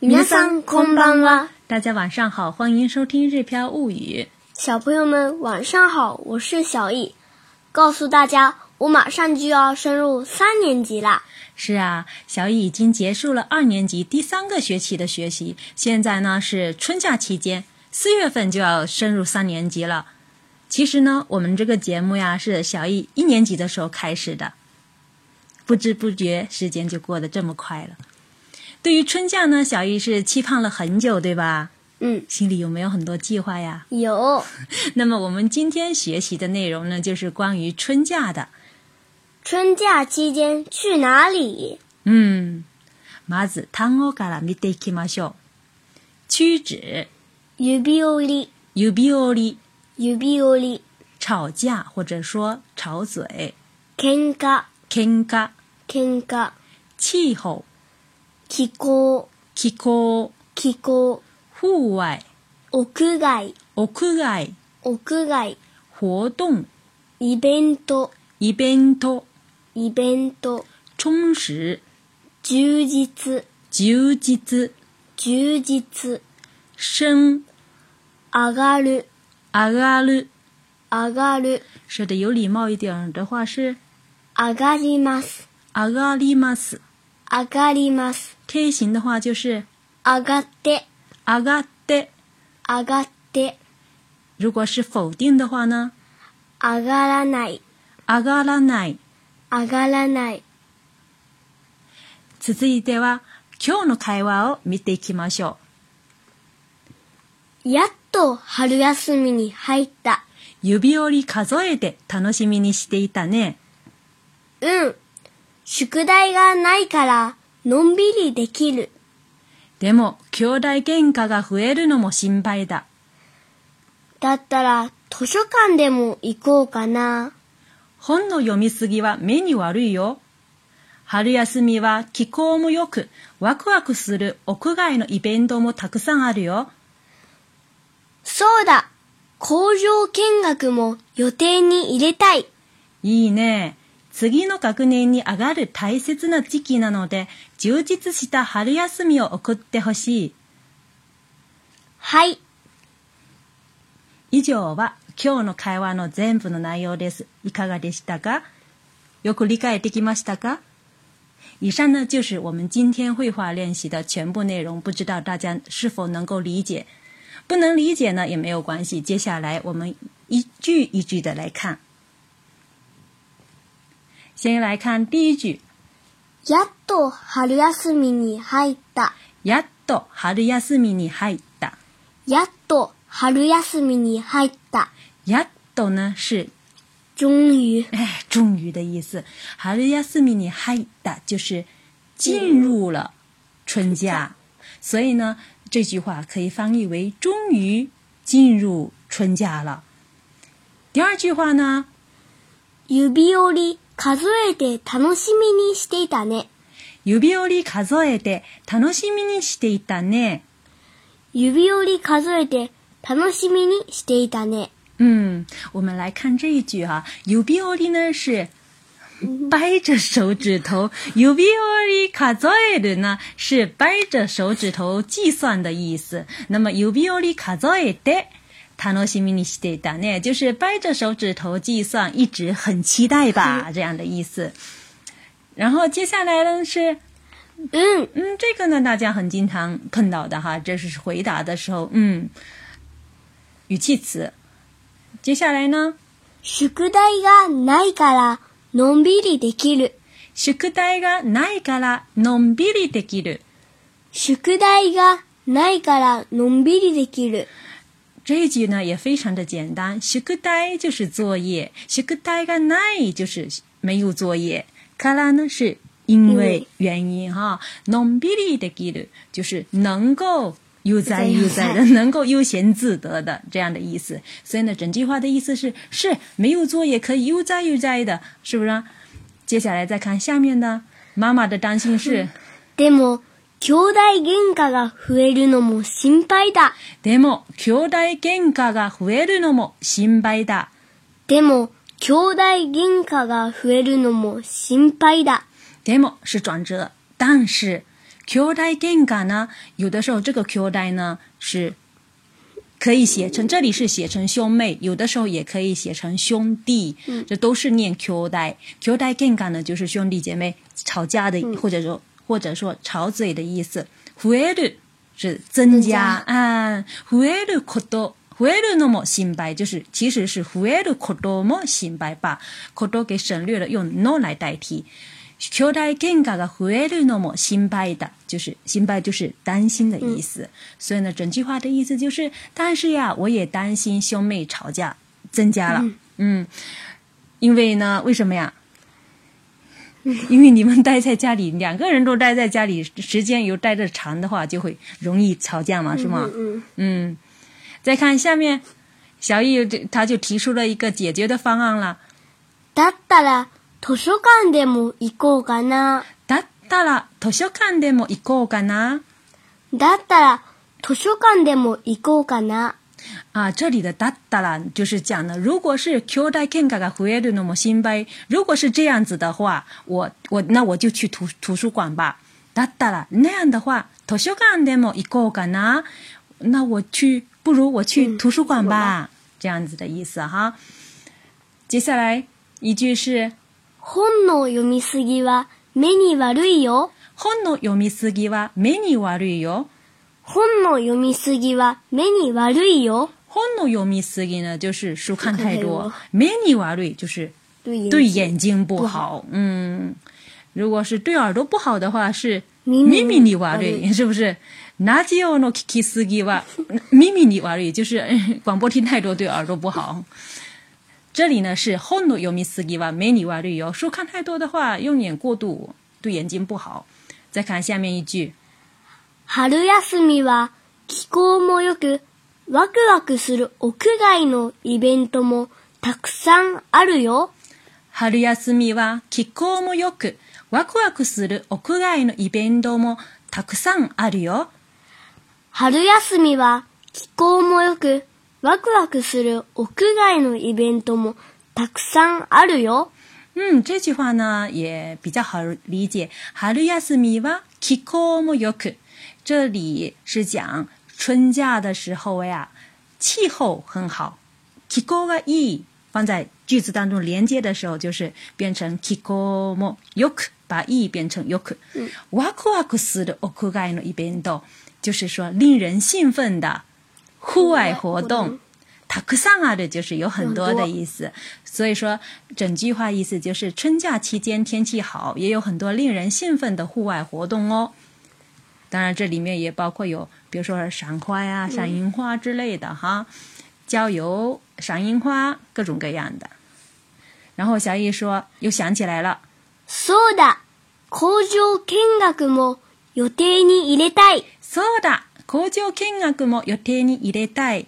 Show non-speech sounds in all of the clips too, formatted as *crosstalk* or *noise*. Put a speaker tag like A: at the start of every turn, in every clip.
A: 皆さんこんばんは。
B: 大家晚上好，欢迎收听《日飘物语
A: 小朋友们晚上好，我是小易。告诉大家，我马上就要升入三年级啦。》。
B: 是啊，小乙已经结束了二年级第三个学期的学习，现在呢是春假期间，四月份就要升入三年级了。其实呢，我们这个节目呀是小乙一年级的时候开始的，不知不觉时间就过得这么快了。对于春假呢，小易是期盼了很久，对吧？
A: 嗯，
B: 心里有没有很多计划呀？
A: 有
B: 那么我们今天学习的内容呢，就是关于春假的。
A: 春假期间去哪里？
B: 嗯，まず単語から見ていきましょう。屈指、
A: 指折り、
B: 指折り、
A: 指折り、
B: 吵架或者说吵嘴、
A: 喧嘩、
B: 喧嘩、
A: 喧嘩、
B: 气候、
A: 気候、
B: 気候、
A: 気候、
B: 户外、
A: 屋外、
B: 屋外、
A: 屋外、
B: 活動、
A: イベント、
B: イベント、
A: イベント、
B: 充实、
A: 充実、
B: 充実、
A: 充実、
B: 升、
A: 上がる、
B: 上がる。
A: 上がる、
B: 说的有礼貌一点的话是
A: 上がります。
B: 上がります。
A: 上がります。
B: 贴形的话就是
A: 上がって、
B: 上がって。
A: 上がって、
B: 如果是否定的话呢？
A: 上がらない、
B: 上がらない。
A: 上がらない。
B: 続いては、今日の会話を見ていきましょ
A: やっと春休みに入った。
B: う。指折り数えて楽しみにしていたね。
A: うん。宿題がないから、のんびりできる。
B: でも、兄弟喧嘩が増えるのも心配だ。
A: だったら、図書館でも行こうかな。
B: 本の読みすぎは目に悪いよ。春休みは気候も良く、ワクワクする屋外のイベントもたくさんあるよ。
A: そうだ工場見学も予定に入れたい。
B: いいね。次の学年に上がる大切な時期なので、充実した春休みを送ってほしい。
A: はい。
B: 以上は今日の会話の全部の内容です。いかがでしたかよく理解できましたか以上呢就是我们今天绘画练习的全部内容，不知道大家是否能够理解？不能理解呢也没有关系，接下来我们一句一句的来看。先来看第一句，
A: やっと春休みに入った。
B: やっと春休みに入った。
A: やっと春休みに入った。
B: やっと呢是
A: 终于。
B: 哎，终于的意思。春休みに入った就是进入了春假，所以呢，这句话可以翻译为“终于进入春假了”。第二句话呢，
A: 指折り数えて楽しみにしていたね。
B: 指折り数えて楽しみにしていたね。
A: 指折り数えて楽しみにしていたね。
B: 嗯，我们来看这一句哈、u b i o r 呢是掰着手指头 u b i o r 卡 k a z 呢是掰着手指头计算的意思。那么 u b i o r 卡 k a z 楽しみにしていたね，就是掰着手指头计算，一直很期待吧，这样的意思。然后接下来呢是
A: うん。
B: 嗯，这个呢，大家很经常碰到的哈，这是回答的时候，嗯，语气词。接下来呢，
A: 宿題がないからのんびりできる。
B: 宿題がないからのんびりできる。
A: 宿題がないからのんびりできる。
B: 这一句呢也非常的简单，宿題就是作业，宿題がない就是没有作业，から呢是因为原因哈，のんびりできる就是能够悠哉悠哉的， *laughs* 能够悠闲自得的这样的意思。所以呢，整句话的意思是是没有作业可以悠哉悠哉的，是不是啊？接下来再看下面的，妈妈的担心是。
A: でも、兄弟喧嘩が増えるのも心配だ。
B: でも、兄弟喧嘩が増えるのも心配だ。
A: でも、兄弟喧嘩が増えるのも心配だ。
B: でも是转折，但是兄弟喧嘩呢，有的时候这个兄弟呢是可以写成，这里是写成兄妹，有的时候也可以写成兄弟，这都是念兄弟。兄弟喧嘩呢，就是兄弟姐妹吵架的，或者说或者说吵嘴的意思。増える是增加，啊，増えること。増えるのも心配，就是其实是増えることも心配，把こと给省略了，用 no 来代替。兄弟喧嘩が増えるのも心配だ，就是心配就是担心的意思。所以呢，整句话的意思就是，但是呀，我也担心兄妹吵架增加了。嗯因为呢，为什么呀？因为你们待在家里，两个人都待在家里，时间又待得长的话，就会容易吵架嘛，是吗？
A: 嗯
B: 嗯，再看下面，小易这他就提出了一个解决的方案了。
A: だったら図書館でも行こうかな。
B: だったら図書館でも行こうかな。
A: だったら図書館でも行こうかな。
B: 啊，这里的哒哒啦，就是讲呢，如果是兄弟喧嘩が増えるのも心配，如果是这样子的话，我我那我就去图图书馆吧。哒哒啦，那样的话，図書館でも行こうかな。那我去，不如我去图书馆吧，
A: 嗯
B: 这样子的意思哈。接下来一句是
A: 本の読みすぎは目に悪いよ。
B: 本の読みすぎは目に悪いよ。
A: 本の読みすぎは目に悪いよ。
B: 本の読みすぎ呢，就是书看太
A: 书看
B: 多
A: 太；
B: 目に悪い就是
A: 对
B: 对
A: 眼
B: 眼睛不
A: 不
B: 好。嗯，如果是对耳朵不好的话，是
A: 耳に
B: 耳に悪い，是不是？ラジオの聞きすぎ *laughs* は耳に悪い，就是 *laughs* 广播听太多对耳朵不好。这里呢是本の読みすぎは目に悪いよ，书哦看太多的话，用眼过度对眼睛不好。再看下面一句，
A: 春休みは気候も良くワクワクする屋外のイベントもたくさんあるよ。
B: 春休みは気候も良く、ワクワクする屋外のイベントもたくさんあるよ。
A: 春休みは気候も良くワクワクする屋外のイベントもたくさんあるよ。
B: 嗯，这句话呢也比较好理解。春休みは気候も良く，这里是讲春假的时候呀，气候很好。気候がいい放在句子当中连接的时候，就是变成気候も良く，把 e 变成良く。ワクワクする屋外のイベント，就是说令人兴奋的户外活
A: 户外活
B: 动
A: 动。
B: たくさんある就是有很多
A: 很
B: 的
A: 多
B: 意思，所以说整句话意思就是春假期间天气好，也有很多令人兴奋的户外活动哦。当然，这里面也包括有，比如说赏花呀、赏樱花之类的哈，郊游、赏樱花各种各样的。然后小易说，又想起来了，
A: そうだ工場見学も予定に入れたい。
B: そうだ、工場見学も予定に入れたい。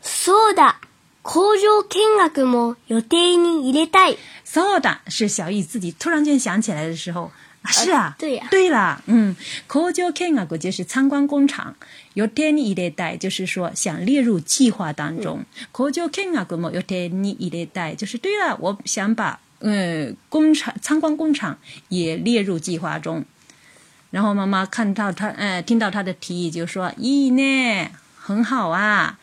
A: そうだ工場見学も予定に入れたい。
B: そうだ是小易自己突然间想起来的时候。啊是啊，
A: 对呀
B: 对啦，嗯，工場見学啊就是参观工厂，予定に入れたい就是说想列入计划当中。
A: 嗯
B: 工場見学も予定に入れたい就是对了，我想把呃工厂参观工厂也列入计划中。然后妈妈看到他，呃，听到他的提议，就说：“いいね，很好啊。”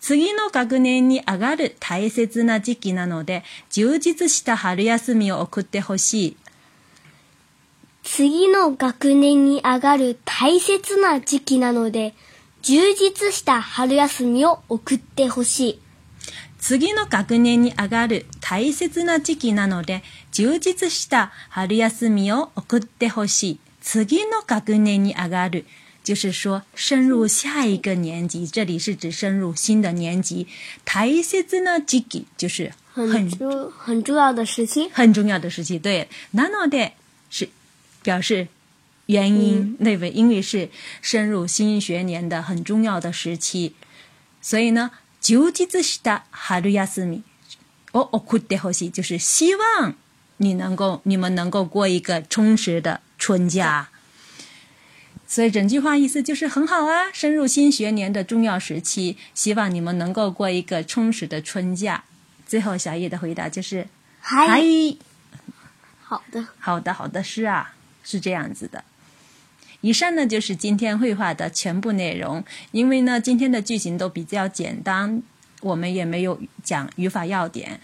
B: 次の学年に上がる大切な時期なので、充実した春休みを送ってほしい。
A: 次の学年に上がる大切な時期なので、充実した春休みを送ってほしい。
B: 次の学年に上がる大切な時期なので、充実した春休みを送ってほしい。次の学年に上がる。就是说，深入下一个年级，这里是指深入新的年级。大切な時期就是很
A: 很重很重要的时期。
B: 很重要的事情。对，なので是表示原因，那位因为是深入新学年的很重要的时期，所以呢，充実した春休みを送ってほしい，就是希望你能够你们能够过一个充实的春假。所以整句话意思就是很好啊，深入新学年的重要时期，希望你们能够过一个充实的春假。最后，小叶的回答就是
A: 嗨，
B: 嗨
A: 好的，
B: 好的，好的，是啊，是这样子的。以上呢就是今天绘画的全部内容。因为呢今天的句型都比较简单，我们也没有讲语法要点，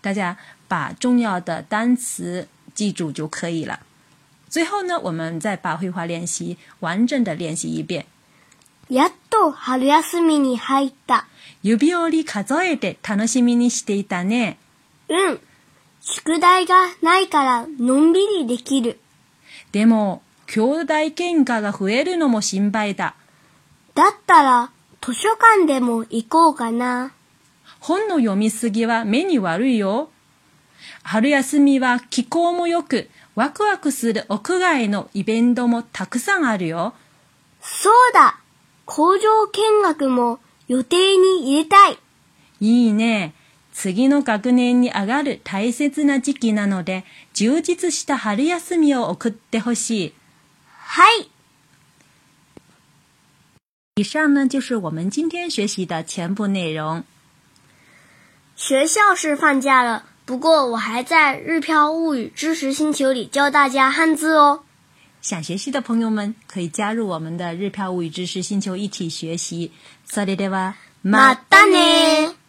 B: 大家把重要的单词记住就可以了。最后呢，我们再把绘画练习完整的练习一遍。
A: やっと春休みに入った。
B: 指折り数えて楽しみにしていたね。
A: うん。宿題がないからのんびりできる。
B: でも、兄弟喧嘩が増えるのも心配だ。
A: だったら図書館でも行こうかな。
B: 本の読みすぎは目に悪いよ。春休みは気候も良く、ワクワクする屋外のイベントもたくさんあるよ。
A: そうだ工場見学も予定に入れたい。
B: いいね。次の学年に上がる大切な時期なので、充実した春休みを送ってほしい。
A: はい。
B: 以上呢就是我们今天学习的全部内容。
A: 学校是放假了，不过我还在《日飘物语知识星球》里教大家汉字哦。
B: 想学习的朋友们可以加入我们的日漂物语知识星球一起学习。それでは
A: またね